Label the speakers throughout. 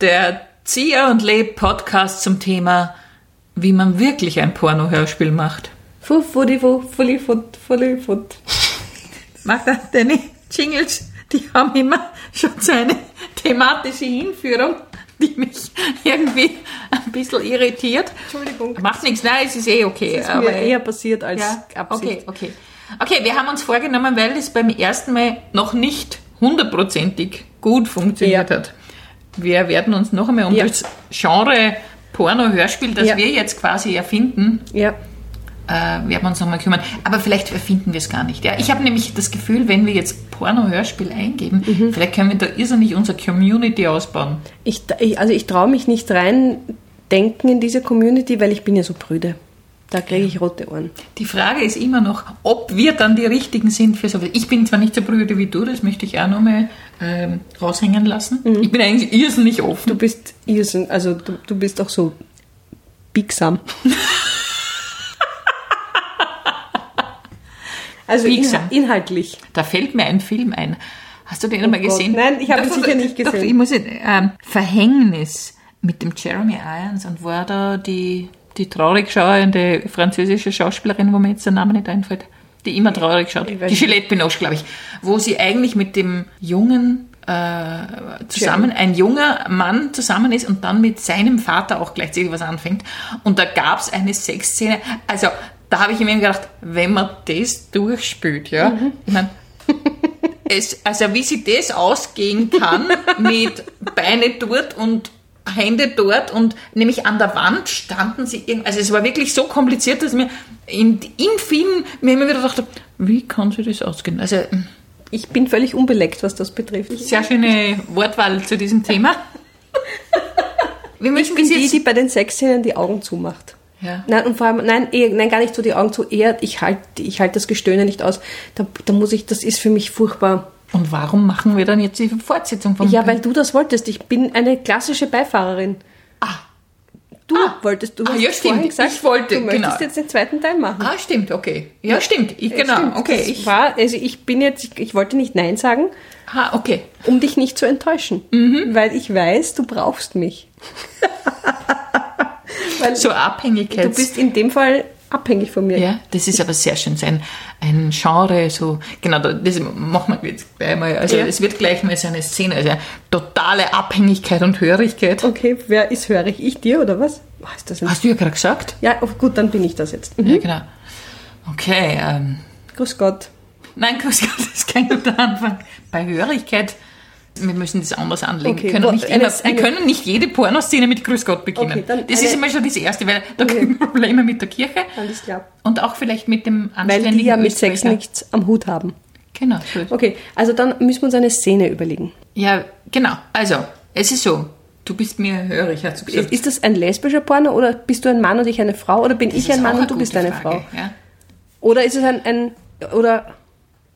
Speaker 1: Der Zieher und Leb Podcast zum Thema, wie man wirklich ein Porno-Hörspiel macht. Macht das deine Jingles? Die haben immer schon so eine thematische Hinführung, die mich irgendwie ein bisschen irritiert.
Speaker 2: Entschuldigung.
Speaker 1: Macht nichts, nein, es ist eh okay.
Speaker 2: Das ist mir eher passiert als
Speaker 1: ja, okay,
Speaker 2: Absicht.
Speaker 1: okay. Okay, wir haben uns vorgenommen, weil es beim ersten Mal noch nicht hundertprozentig gut funktioniert
Speaker 2: Ja.
Speaker 1: hat. Wir werden uns noch einmal um
Speaker 2: Ja.
Speaker 1: das Genre Porno-Hörspiel, das
Speaker 2: Ja.
Speaker 1: wir jetzt quasi erfinden,
Speaker 2: Ja.
Speaker 1: äh, werden wir uns nochmal kümmern. Aber vielleicht erfinden wir es gar nicht. Ja, ich habe nämlich das Gefühl, wenn wir jetzt Porno-Hörspiel eingeben,
Speaker 2: Mhm.
Speaker 1: vielleicht können wir da irrsinnig unsere Community ausbauen.
Speaker 2: Ich, ich, also ich traue mich nicht rein denken in diese Community, weil ich bin ja so prüde. Da kriege ich rote Ohren.
Speaker 1: Die Frage ist immer noch, ob wir dann die Richtigen sind für sowas. Ich bin zwar nicht so brüde wie du, das möchte ich auch nochmal ähm, raushängen lassen. Ich bin eigentlich irrsinnig offen.
Speaker 2: Du bist irrsinn, also du, du bist auch so biegsam. also
Speaker 1: Biegsam.
Speaker 2: inha- inhaltlich.
Speaker 1: Da fällt mir ein Film ein. Hast du den einmal
Speaker 2: Oh Gott,
Speaker 1: gesehen?
Speaker 2: nein, ich habe ihn
Speaker 1: Doch,
Speaker 2: sicher nicht
Speaker 1: Doch,
Speaker 2: gesehen.
Speaker 1: ich muss ihn, ähm, Verhängnis mit dem Jeremy Irons und wo er da die, die traurig schauende französische Schauspielerin, wo mir jetzt der Name nicht einfällt, die immer traurig schaut,
Speaker 2: Ich weiß
Speaker 1: die Gillette Binoche, glaube ich, wo sie eigentlich mit dem jungen äh, zusammen, ein junger Mann zusammen ist und dann mit seinem Vater auch gleichzeitig was anfängt. Und da gab es eine Sexszene. Also da habe ich mir eben gedacht, wenn man das durchspült, ja,
Speaker 2: Mhm.
Speaker 1: ich meine, es, also wie sie das ausgehen kann mit Beine dort und Hände dort und nämlich an der Wand standen sie irgendwie, also es war wirklich so kompliziert, dass mir in, im Film mir immer wieder dachte, wie kann sie das ausgehen? Also
Speaker 2: Ich bin völlig unbeleckt, was das betrifft.
Speaker 1: sehr schöne Wortwahl zu diesem Thema. Wir
Speaker 2: Ich
Speaker 1: müssen
Speaker 2: bin
Speaker 1: das
Speaker 2: die,
Speaker 1: jetzt...
Speaker 2: die bei den Sexszenen die Augen zumacht.
Speaker 1: Ja.
Speaker 2: Nein, und vor allem, nein, eher, nein, gar nicht so die Augen zu, eher, ich halte ich halt das Gestöhne nicht aus. Da, da muss ich, das ist für mich furchtbar.
Speaker 1: Und warum machen wir dann jetzt die Fortsetzung vom
Speaker 2: Ja, weil du das wolltest. Ich bin eine klassische Beifahrerin. Ah. Du
Speaker 1: Ah.
Speaker 2: wolltest, du
Speaker 1: Ah,
Speaker 2: hast
Speaker 1: ja, stimmt.
Speaker 2: vorhin gesagt,
Speaker 1: Ich wollte,
Speaker 2: du möchtest
Speaker 1: genau.
Speaker 2: jetzt den zweiten Teil machen.
Speaker 1: Ah, stimmt, okay. Ja, stimmt. Ich, genau,
Speaker 2: Stimmt,
Speaker 1: okay.
Speaker 2: Das
Speaker 1: Ich,
Speaker 2: war, also ich bin jetzt, ich, ich wollte nicht Nein sagen,
Speaker 1: ah, okay.
Speaker 2: um dich nicht zu enttäuschen.
Speaker 1: Mhm.
Speaker 2: Weil ich weiß, du brauchst mich. weil
Speaker 1: So Abhängigkeit.
Speaker 2: du bist in dem Fall abhängig von mir.
Speaker 1: Ja, das ist aber sehr schön. So ein, ein Genre, so, genau, da- das machen wir jetzt gleich mal. Also,
Speaker 2: Ja.
Speaker 1: es wird gleich mal so eine Szene, also totale Abhängigkeit und Hörigkeit.
Speaker 2: Okay, wer ist hörig? Ich dir oder was? Oh, ist das ein
Speaker 1: Hast du ja gerade gesagt?
Speaker 2: ja, oh, gut, dann bin ich das jetzt. Mhm.
Speaker 1: Ja, genau. Okay, ähm,
Speaker 2: Grüß Gott.
Speaker 1: nein, grüß Gott, das ist kein guter Anfang. Bei Hörigkeit, wir müssen das anders anlegen.
Speaker 2: Okay,
Speaker 1: wir, können
Speaker 2: wo-
Speaker 1: nicht
Speaker 2: eine-
Speaker 1: immer, wir
Speaker 2: eine-
Speaker 1: können nicht jede Pornoszene mit Grüß Gott beginnen.
Speaker 2: Okay, dann
Speaker 1: das
Speaker 2: eine-
Speaker 1: ist immer schon das Erste, weil da kriegen wir Probleme mit der Kirche.
Speaker 2: Alles klar.
Speaker 1: Und auch vielleicht mit dem
Speaker 2: Weil
Speaker 1: anständigen
Speaker 2: die ja mit Sex
Speaker 1: Österreicher.
Speaker 2: nichts am Hut haben.
Speaker 1: Genau, gut.
Speaker 2: Okay, also dann müssen wir uns eine Szene überlegen.
Speaker 1: Ja, genau. Also, es ist so. Du bist mir hörig, hast du gesagt.
Speaker 2: Ist, ist das ein lesbischer Porno oder bist du ein Mann und ich eine Frau oder bin ich
Speaker 1: Das
Speaker 2: ein
Speaker 1: ist
Speaker 2: Mann
Speaker 1: auch
Speaker 2: und du bist
Speaker 1: gute
Speaker 2: eine
Speaker 1: Frage,
Speaker 2: Frau?
Speaker 1: Ja.
Speaker 2: Oder ist es ein, ein oder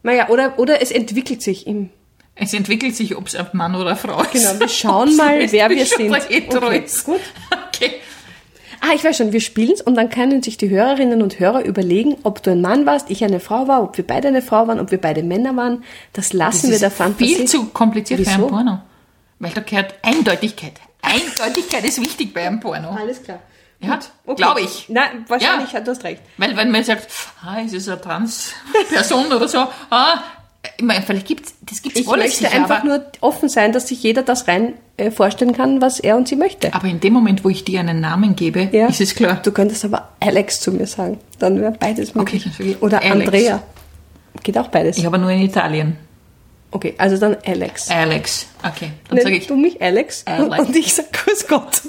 Speaker 2: naja, oder, oder es entwickelt sich im.
Speaker 1: Es entwickelt sich, ob es ein Mann oder eine Frau ist.
Speaker 2: Genau, wir schauen
Speaker 1: Ob's
Speaker 2: mal, wer wir
Speaker 1: lesbisch oder
Speaker 2: sind.
Speaker 1: hetero
Speaker 2: Okay,
Speaker 1: ist.
Speaker 2: gut.
Speaker 1: Okay.
Speaker 2: Ah, ich weiß schon, wir spielen's und dann können sich die Hörerinnen und Hörer überlegen, ob du ein Mann warst, ich eine Frau war, ob wir beide eine Frau waren, ob wir beide Männer waren. Das lassen wir der Fantasie.
Speaker 1: viel zu kompliziert für
Speaker 2: Wieso?
Speaker 1: ein Porno. Weil da gehört Eindeutigkeit. Eindeutigkeit ist wichtig bei einem Porno.
Speaker 2: Alles klar.
Speaker 1: Ja,
Speaker 2: Gut, okay.
Speaker 1: glaube ich.
Speaker 2: Nein, wahrscheinlich,
Speaker 1: Ja.
Speaker 2: du hast recht.
Speaker 1: Weil wenn man sagt, ah, es ist eine Transperson oder so, ah, ich meine, vielleicht gibt's, das gibt's
Speaker 2: Ich
Speaker 1: alles
Speaker 2: möchte
Speaker 1: sicher,
Speaker 2: einfach
Speaker 1: aber-
Speaker 2: nur offen sein, dass sich jeder das rein äh, vorstellen kann, was er und sie möchte.
Speaker 1: Aber in dem Moment, wo ich dir einen Namen gebe,
Speaker 2: Ja.
Speaker 1: ist es klar.
Speaker 2: Du könntest aber Alex zu mir sagen. Dann wäre beides möglich.
Speaker 1: dann sag ich
Speaker 2: Oder
Speaker 1: Alex.
Speaker 2: Andrea. Geht auch beides.
Speaker 1: Ich habe nur in Italien.
Speaker 2: Okay, also dann Alex.
Speaker 1: Alex. Okay, Äh, dann
Speaker 2: Nenn
Speaker 1: sage ich.
Speaker 2: du mich Alex,
Speaker 1: Alex.
Speaker 2: und ich sag Grüß Gott.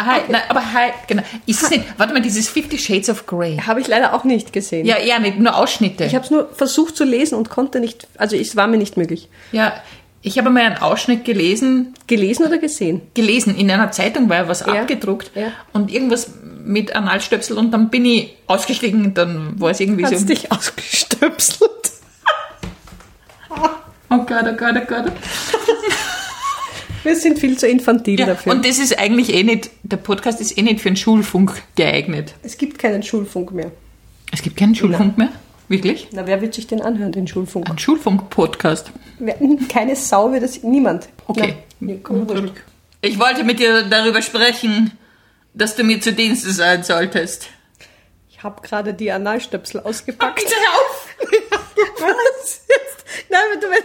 Speaker 1: Ah, Hi, nein, aber hi, genau. Ist es nicht, warte mal, dieses Fifty Shades of Grey.
Speaker 2: Habe ich leider auch nicht gesehen.
Speaker 1: Ja, eher nicht, nur Ausschnitte.
Speaker 2: Ich habe es nur versucht zu lesen und konnte nicht, also es war mir nicht möglich.
Speaker 1: ja, ich habe mal einen Ausschnitt gelesen,
Speaker 2: Gelesen oder gesehen?
Speaker 1: gelesen, in einer Zeitung war ja was
Speaker 2: Ja,
Speaker 1: abgedruckt
Speaker 2: ja.
Speaker 1: und irgendwas mit Analstöpsel und dann bin ich ausgestiegen und dann war es irgendwie
Speaker 2: Hast
Speaker 1: so.
Speaker 2: dich ausgestöpselt?
Speaker 1: Oh Gott, oh Gott, oh Gott.
Speaker 2: Wir sind viel zu infantil
Speaker 1: Ja,
Speaker 2: dafür.
Speaker 1: und das ist eigentlich eh nicht, der Podcast ist eh nicht für den Schulfunk geeignet.
Speaker 2: es gibt keinen Schulfunk mehr.
Speaker 1: Es gibt keinen Schulfunk mehr? Wirklich?
Speaker 2: Na, wer wird sich den anhören, den Schulfunk?
Speaker 1: Ein Schulfunk-Podcast.
Speaker 2: Wer, keine Sau wird das, niemand.
Speaker 1: Okay.
Speaker 2: Na, ja, komm ruhig.
Speaker 1: Ich wollte mit dir darüber sprechen, dass du mir zu Dienste sein solltest.
Speaker 2: ich habe gerade die Analstöpsel ausgepackt.
Speaker 1: Bitte hör auf!
Speaker 2: Was jetzt? Nein, wenn du wenn,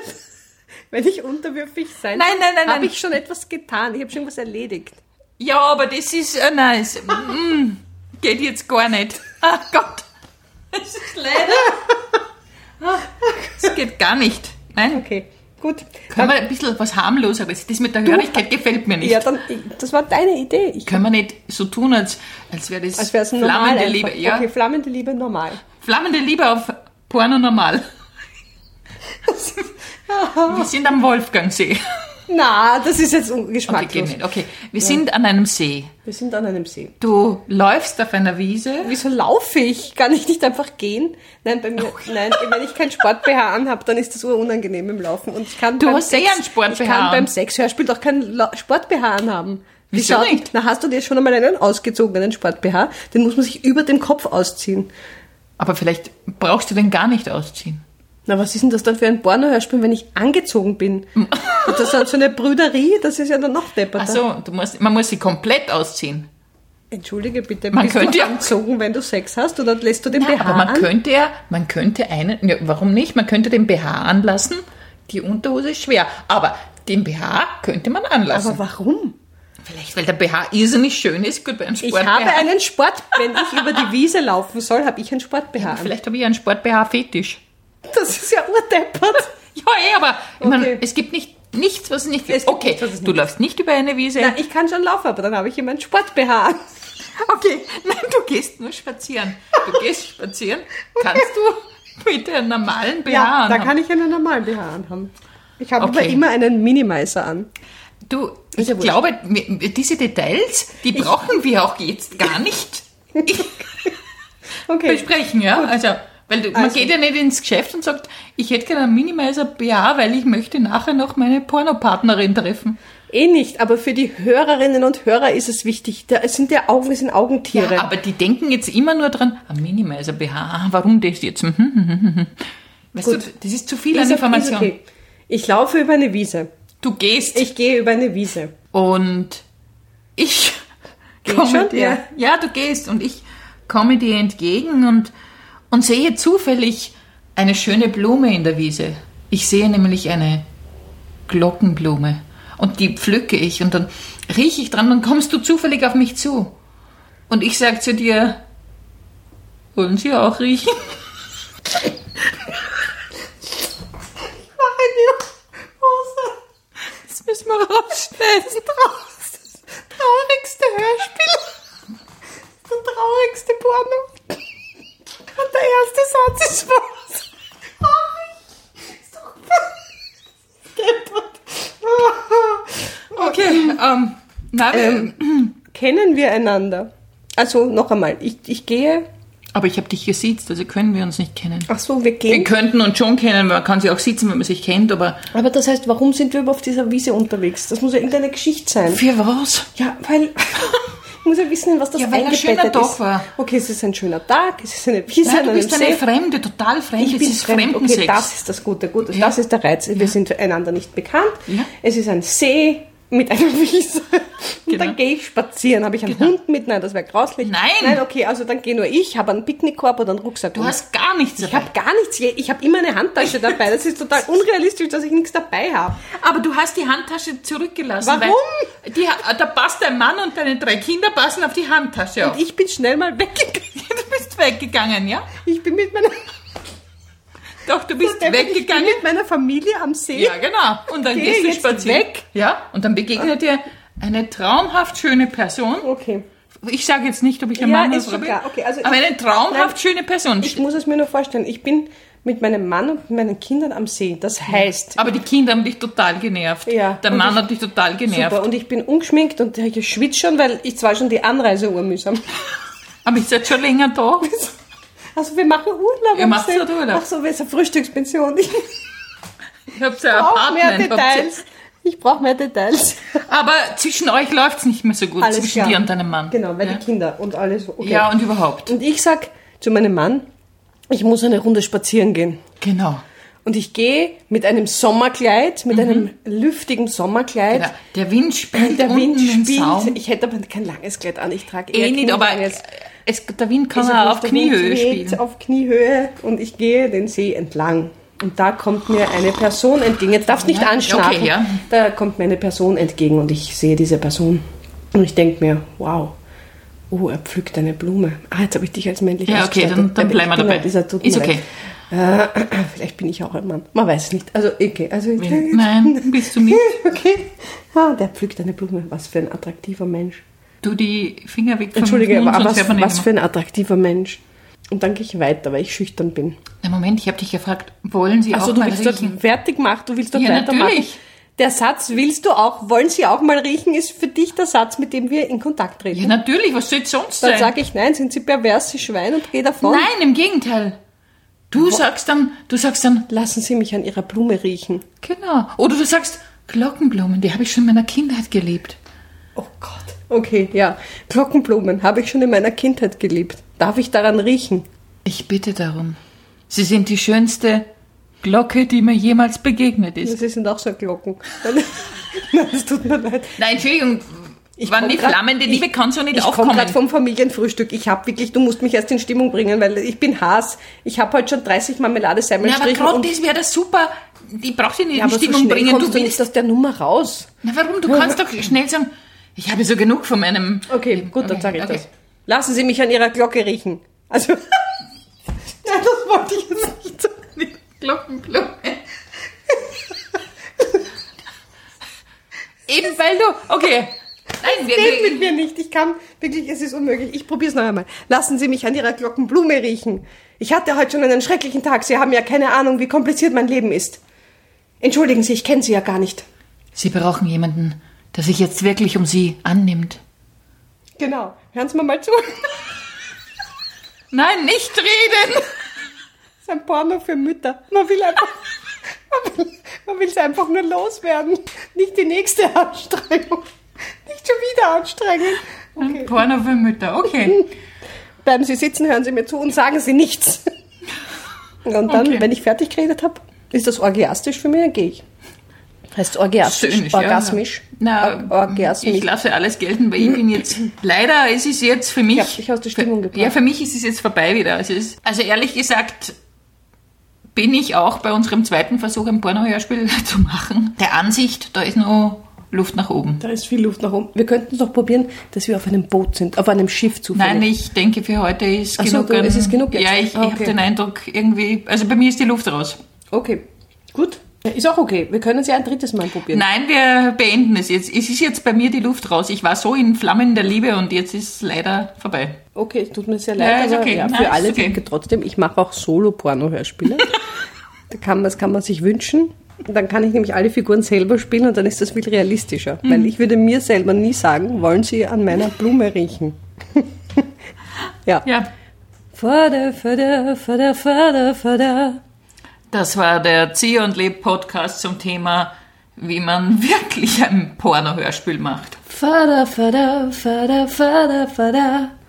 Speaker 2: wenn ich unterwürfig sein
Speaker 1: Nein, nein, nein, nein.
Speaker 2: habe ich schon etwas getan. Ich habe schon was erledigt.
Speaker 1: Ja, aber das ist äh, nice. Mm, geht jetzt gar nicht. Ach Gott. Es ist leider. Es geht gar nicht. Nein.
Speaker 2: Okay, gut.
Speaker 1: Können wir ein bisschen was harmloseres? Das mit der Hörigkeit gefällt mir nicht.
Speaker 2: Ja, dann, das war deine Idee. Ich,
Speaker 1: Können wir nicht so tun, als, als wäre das
Speaker 2: als wäre es normal.
Speaker 1: flammende
Speaker 2: einfach.
Speaker 1: Liebe. Ja,
Speaker 2: Okay, flammende Liebe normal.
Speaker 1: flammende Liebe auf Porno normal.
Speaker 2: Ah.
Speaker 1: wir sind am Wolfgangsee.
Speaker 2: Na, das ist jetzt un-
Speaker 1: Okay,
Speaker 2: geschmacklos.
Speaker 1: geht nicht. Okay, wir sind an einem See.
Speaker 2: Wir sind an einem See.
Speaker 1: Du läufst auf einer Wiese.
Speaker 2: Wieso laufe ich? Kann ich nicht einfach gehen? Nein, bei mir, nein, wenn ich kein Sport-BH anhab, dann ist das urunangenehm im Laufen. Und ich kann
Speaker 1: Du
Speaker 2: beim
Speaker 1: hast eh
Speaker 2: Sex-
Speaker 1: einen Sport-BH
Speaker 2: Ich kann
Speaker 1: an.
Speaker 2: beim Sexhörspiel doch kein La- Sport-BH anhaben.
Speaker 1: Wieso
Speaker 2: Schaut-
Speaker 1: nicht?
Speaker 2: Na, hast du dir schon einmal einen ausgezogenen Sport-BH? Den muss man sich über dem Kopf ausziehen.
Speaker 1: Aber vielleicht brauchst du den gar nicht ausziehen.
Speaker 2: Na, was ist denn das dann für ein Porno-Hörspiel, wenn ich angezogen bin? Und das ist dann so eine Brüderie, das ist ja dann noch depperter.
Speaker 1: Also, du musst, man muss sie komplett ausziehen.
Speaker 2: Entschuldige bitte,
Speaker 1: Man
Speaker 2: bist
Speaker 1: könnte
Speaker 2: du
Speaker 1: ja-
Speaker 2: angezogen, wenn du Sex hast oder lässt du den BH
Speaker 1: aber man
Speaker 2: an?
Speaker 1: könnte ja, man könnte einen, ja, warum nicht? Man könnte den BH anlassen. Die Unterhose ist schwer, aber den BH könnte man anlassen.
Speaker 2: Aber warum?
Speaker 1: Vielleicht, weil der BH irrsinnig schön ist. Gut, bei einem
Speaker 2: Ich
Speaker 1: Sport
Speaker 2: habe einen Sport, wenn ich über die Wiese laufen soll, habe ich einen Sport-BH an.
Speaker 1: Vielleicht habe ich einen Sport-BH-Fetisch.
Speaker 2: Das ist ja urdeppert.
Speaker 1: Ja, eh, aber ich meine,
Speaker 2: Okay.
Speaker 1: es gibt nicht, nichts, was es nicht
Speaker 2: Es
Speaker 1: gibt.
Speaker 2: gibt
Speaker 1: Okay,
Speaker 2: nichts, was es
Speaker 1: du
Speaker 2: nicht
Speaker 1: läufst nicht über eine Wiese.
Speaker 2: Nein, ich kann schon laufen, aber dann habe ich immer einen Sport-BH an.
Speaker 1: Okay, nein, du gehst nur spazieren. Du gehst spazieren. Kannst du bitte einen normalen BH
Speaker 2: Ja, da
Speaker 1: anhaben?
Speaker 2: kann ich einen normalen BH anhaben. Ich habe aber
Speaker 1: Okay.
Speaker 2: immer einen Minimizer an.
Speaker 1: Du, ich
Speaker 2: ja wurscht.
Speaker 1: glaube, wir- wir- diese Details, die brauchen wir auch jetzt gar nicht
Speaker 2: Okay,
Speaker 1: besprechen, ja? Also, weil du, man
Speaker 2: Also.
Speaker 1: geht ja nicht ins Geschäft und sagt, ich hätte gerne einen Minimizer BH, weil ich möchte nachher noch meine Pornopartnerin treffen.
Speaker 2: eh nicht, aber für die Hörerinnen und Hörer ist es wichtig. Da es sind ja Augen, wir sind Augentiere.
Speaker 1: Aber die denken jetzt immer nur dran, ein Minimizer BH, ah, warum das jetzt? Hm, hm, hm, hm, hm. Weißt du, das ist zu viel an
Speaker 2: Ist okay,
Speaker 1: Information.
Speaker 2: ist okay. Ich laufe über eine Wiese.
Speaker 1: Du gehst
Speaker 2: Ich gehe über eine Wiese.
Speaker 1: und ich
Speaker 2: Geht
Speaker 1: komme
Speaker 2: schon?
Speaker 1: dir.
Speaker 2: Ja.
Speaker 1: Ja. du gehst und ich komme dir entgegen und, und sehe zufällig eine schöne Blume in der Wiese. Ich sehe nämlich eine Glockenblume und die pflücke ich und dann rieche ich dran, dann kommst du zufällig auf mich zu. Und ich sage zu dir, wollen Sie auch riechen? Das müssen wir rausschneiden. Das ist das traurigste Hörspiel.
Speaker 2: Der traurigste Porno. Und der erste Satz ist was?
Speaker 1: Okay, ähm, na, wir-
Speaker 2: Kennen wir einander? Also noch einmal, ich, ich gehe.
Speaker 1: aber ich habe dich gesiezt, also können wir uns nicht kennen.
Speaker 2: Ach so, wir
Speaker 1: Wir
Speaker 2: gehen.
Speaker 1: könnten uns schon kennen, man kann sie auch sitzen, wenn man sich kennt, aber
Speaker 2: Aber das heißt, warum sind wir überhaupt auf dieser Wiese unterwegs? Das muss ja irgendeine Geschichte sein.
Speaker 1: für was?
Speaker 2: Ja, weil ich muss ja wissen, was das
Speaker 1: Ja, weil ein
Speaker 2: eingebettet
Speaker 1: schöner Tag
Speaker 2: ist.
Speaker 1: war.
Speaker 2: Okay, es ist ein schöner Tag, es ist eine Wiese
Speaker 1: Nein,
Speaker 2: an
Speaker 1: du
Speaker 2: einem
Speaker 1: bist eine
Speaker 2: See.
Speaker 1: Fremde, total fremd.
Speaker 2: Ich
Speaker 1: es
Speaker 2: bin
Speaker 1: ist
Speaker 2: fremd.
Speaker 1: Fremdensex.
Speaker 2: Okay, das ist das Gute. Gut,
Speaker 1: Ja.
Speaker 2: das ist der Reiz. Wir sind einander nicht bekannt.
Speaker 1: Ja.
Speaker 2: Es ist ein See mit einer Wiese. Und
Speaker 1: Genau.
Speaker 2: dann gehe ich spazieren. Habe ich einen Hund mit? Nein, das wäre grauslich.
Speaker 1: Nein.
Speaker 2: Nein, okay, also dann gehe nur ich, habe einen Picknickkorb oder einen Rucksack.
Speaker 1: du hast gar nichts
Speaker 2: ich habe gar nichts. je- Ich habe immer eine Handtasche dabei. Das ist total unrealistisch, dass ich nichts dabei habe.
Speaker 1: Aber du hast die Handtasche zurückgelassen.
Speaker 2: Warum?
Speaker 1: Weil die, da passt dein Mann und deine drei Kinder passen auf die Handtasche auf.
Speaker 2: Ich bin schnell mal weggegangen.
Speaker 1: Du bist weggegangen, ja?
Speaker 2: Ich bin mit meiner,
Speaker 1: Doch, du bist
Speaker 2: ich bin
Speaker 1: weggegangen.
Speaker 2: mit meiner Familie am See.
Speaker 1: Ja, genau. Und dann
Speaker 2: Gehe
Speaker 1: gehst du
Speaker 2: jetzt
Speaker 1: spazieren.
Speaker 2: weg.
Speaker 1: Ja, und dann begegnet dir eine traumhaft schöne Person.
Speaker 2: Okay.
Speaker 1: Ich sage jetzt nicht, ob ich ein
Speaker 2: Ja,
Speaker 1: Mann oder
Speaker 2: ist
Speaker 1: Frau
Speaker 2: schon
Speaker 1: bin,
Speaker 2: klar. Okay, also
Speaker 1: aber
Speaker 2: ich-
Speaker 1: eine traumhaft
Speaker 2: Nein.
Speaker 1: schöne Person.
Speaker 2: Ich muss es mir nur vorstellen. Ich bin mit meinem Mann und mit meinen Kindern am See. Das heißt,
Speaker 1: aber die Kinder haben dich total genervt.
Speaker 2: Ja.
Speaker 1: Der
Speaker 2: Und
Speaker 1: Mann
Speaker 2: ich-
Speaker 1: hat dich total genervt.
Speaker 2: Super, und ich bin ungeschminkt und ich schwitze schon, weil ich zwar schon die Anreise urmühsam.
Speaker 1: Aber ich seid schon länger da.
Speaker 2: Also wir machen Urlaub.
Speaker 1: Ihr
Speaker 2: am
Speaker 1: macht
Speaker 2: See.
Speaker 1: dort Urlaub.
Speaker 2: Ach so, wir sind eine Frühstückspension. Ich
Speaker 1: Ich hab's ja
Speaker 2: brauche mehr
Speaker 1: Apartment. habt ihr-
Speaker 2: Details. Ich brauche mehr Details.
Speaker 1: Aber zwischen euch läuft's nicht mehr so gut,
Speaker 2: Alles
Speaker 1: zwischen
Speaker 2: klar.
Speaker 1: dir und deinem Mann.
Speaker 2: Genau, weil
Speaker 1: ja.
Speaker 2: die Kinder und alles. Okay.
Speaker 1: ja, und überhaupt.
Speaker 2: Und ich sag zu meinem Mann, ich muss eine Runde spazieren gehen.
Speaker 1: Genau.
Speaker 2: Und ich gehe mit einem Sommerkleid, mit einem lüftigen Sommerkleid.
Speaker 1: Mhm. genau. Der Wind spielt
Speaker 2: Der Wind
Speaker 1: unten im
Speaker 2: spielt.
Speaker 1: Saum.
Speaker 2: Ich hätte aber kein langes Kleid an. Ich trage eher
Speaker 1: Eh nicht, aber
Speaker 2: knielanges.
Speaker 1: es, der Wind kann
Speaker 2: Ist
Speaker 1: auch
Speaker 2: nicht
Speaker 1: auf
Speaker 2: der Wind
Speaker 1: Kniehöhe
Speaker 2: weht
Speaker 1: spielen.
Speaker 2: Auf Kniehöhe und ich gehe den See entlang. Und da kommt mir eine Person entgegen. Jetzt darfst nicht
Speaker 1: Ja,
Speaker 2: anschnappen.
Speaker 1: okay, ja.
Speaker 2: Da kommt mir eine Person entgegen und ich sehe diese Person. Und ich denke mir, wow, oh, er pflückt eine Blume. Ah, jetzt habe ich dich als männlich
Speaker 1: Ja, okay,
Speaker 2: ausgestattet.
Speaker 1: dann- dann
Speaker 2: Aber
Speaker 1: bleiben wir
Speaker 2: ich bin
Speaker 1: dabei.
Speaker 2: halt Dieser, tut
Speaker 1: Ist
Speaker 2: mir
Speaker 1: okay.
Speaker 2: leid. Äh, vielleicht bin ich auch ein Mann. Man weiß es nicht. Also, okay. Also,
Speaker 1: Nein, bist du nicht.
Speaker 2: okay. Ah, der pflückt eine Blume. Was für ein attraktiver Mensch.
Speaker 1: Du die Finger weg vom
Speaker 2: Entschuldige,
Speaker 1: Mund,
Speaker 2: aber
Speaker 1: sonst hört
Speaker 2: was,
Speaker 1: man ihn
Speaker 2: was
Speaker 1: immer.
Speaker 2: für ein attraktiver Mensch. Und dann gehe ich weiter, weil ich schüchtern bin.
Speaker 1: Na, Moment, ich habe dich gefragt, wollen Sie
Speaker 2: Also
Speaker 1: auch
Speaker 2: du
Speaker 1: mal
Speaker 2: willst dort
Speaker 1: riechen?
Speaker 2: fertig machen, du willst dort
Speaker 1: Ja,
Speaker 2: weitermachen.
Speaker 1: natürlich.
Speaker 2: Der Satz willst du auch, wollen sie auch mal riechen, ist für dich der Satz, mit dem wir in Kontakt treten.
Speaker 1: Ja, natürlich, was soll's sonst
Speaker 2: Dann
Speaker 1: sein?
Speaker 2: sage ich, nein, sind sie pervers, sie Schwein und geh davon.
Speaker 1: Nein, im Gegenteil. Du sagst dann, du sagst dann,
Speaker 2: Lassen Sie mich an Ihrer Blume riechen.
Speaker 1: genau. Oder du sagst, Glockenblumen, die habe ich schon in meiner Kindheit geliebt.
Speaker 2: Oh Gott. Okay, ja. Glockenblumen habe ich schon in meiner Kindheit geliebt. Darf ich daran riechen?
Speaker 1: Ich bitte darum. Sie sind die schönste Glocke, die mir jemals begegnet ist.
Speaker 2: Sie sind auch so Glocken. nein, es tut mir leid.
Speaker 1: Nein, Entschuldigung, wann
Speaker 2: komm
Speaker 1: die
Speaker 2: grad-
Speaker 1: flammende Liebe kann so nicht
Speaker 2: Ich komme
Speaker 1: aufkommen.
Speaker 2: gerade vom Familienfrühstück. Ich habe wirklich, du musst mich erst in Stimmung bringen, weil ich bin Haas. Ich habe heute schon 30 Marmelade
Speaker 1: Na, aber
Speaker 2: Semmelstrichen.
Speaker 1: gerade das wäre das super. Die braucht sie nicht
Speaker 2: Ja,
Speaker 1: in
Speaker 2: aber so
Speaker 1: Stimmung
Speaker 2: schnell
Speaker 1: bringen.
Speaker 2: kommst
Speaker 1: Du willst.
Speaker 2: nicht aus der Nummer raus.
Speaker 1: Na, warum? Du kannst doch schnell sagen, ich habe so genug von meinem.
Speaker 2: Okay,
Speaker 1: Leben.
Speaker 2: gut, dann sage ich
Speaker 1: okay.
Speaker 2: das. Lassen Sie mich an Ihrer Glocke riechen. Also, nein, das wollte ich jetzt nicht.
Speaker 1: Glockenblume. Eben weil du. Okay. Nein, wir,
Speaker 2: Geht
Speaker 1: wir,
Speaker 2: mit mir nicht. Ich kann wirklich, es ist unmöglich. Ich probiere es noch einmal. Lassen Sie mich an Ihrer Glockenblume riechen. Ich hatte heute schon einen schrecklichen Tag. Sie haben ja keine Ahnung, wie kompliziert mein Leben ist. Entschuldigen Sie, ich kenne Sie ja gar nicht.
Speaker 1: Sie brauchen jemanden, der sich jetzt wirklich um Sie annimmt.
Speaker 2: Genau. Hören Sie mir mal zu.
Speaker 1: Nein, nicht reden!
Speaker 2: Das ist ein Porno für Mütter. Man will einfach, man will, man will's einfach nur loswerden. Nicht die nächste Anstrengung. Nicht schon wieder anstrengen.
Speaker 1: Ein Porno für Mütter, okay.
Speaker 2: Bleiben Sie sitzen, hören Sie mir zu und sagen Sie nichts. Und dann,
Speaker 1: Okay.
Speaker 2: wenn ich fertig geredet habe, ist das orgiastisch für mich, dann gehe ich. Heißt orgiastisch,
Speaker 1: Schön,
Speaker 2: orgasmisch.
Speaker 1: Ja. Na,
Speaker 2: Or- orgasmisch.
Speaker 1: Ich lasse alles gelten, weil ich bin jetzt. Leider, es ist jetzt für mich.
Speaker 2: Ich hab dich aus der Stimmung gebracht.
Speaker 1: Ja, für mich ist es jetzt vorbei wieder. Es ist, also ehrlich gesagt bin ich auch bei unserem zweiten Versuch, ein Pornohörspiel zu machen. Der Ansicht, da ist noch Luft nach oben.
Speaker 2: da ist viel Luft nach oben. Wir könnten es doch probieren, dass wir auf einem Boot sind, auf einem Schiff zufällig.
Speaker 1: Nein, ich denke, für heute ist
Speaker 2: Ach so,
Speaker 1: genug.
Speaker 2: du-
Speaker 1: an-
Speaker 2: es ist genug jetzt?
Speaker 1: Ja, ich, ich
Speaker 2: Ah,
Speaker 1: habe
Speaker 2: okay.
Speaker 1: den Eindruck, irgendwie. Also bei mir ist die Luft raus.
Speaker 2: Okay, gut. Ist auch okay. Wir können es ja ein drittes Mal probieren.
Speaker 1: Nein, wir beenden es jetzt. Es ist jetzt bei mir die Luft raus. Ich war so in Flammen der Liebe und jetzt ist es leider vorbei.
Speaker 2: Okay, es tut mir sehr leid,
Speaker 1: Ja, ist
Speaker 2: aber
Speaker 1: okay.
Speaker 2: ja,
Speaker 1: Nein,
Speaker 2: für
Speaker 1: ist
Speaker 2: alle
Speaker 1: okay.
Speaker 2: denke trotzdem, ich mache auch Solo-Porno-Hörspiele. da kann man, das kann man sich wünschen. Und Dann kann ich nämlich alle Figuren selber spielen und dann ist das viel realistischer.
Speaker 1: Mhm.
Speaker 2: Weil ich würde mir selber nie sagen, wollen Sie an meiner Blume riechen? ja.
Speaker 1: Ja,
Speaker 2: Förder, förder, förder, förder, förder.
Speaker 1: das war der Zieh und Leb Podcast zum Thema, wie man wirklich ein Pornohörspiel macht.
Speaker 2: Förder, förder, förder, förder, förder.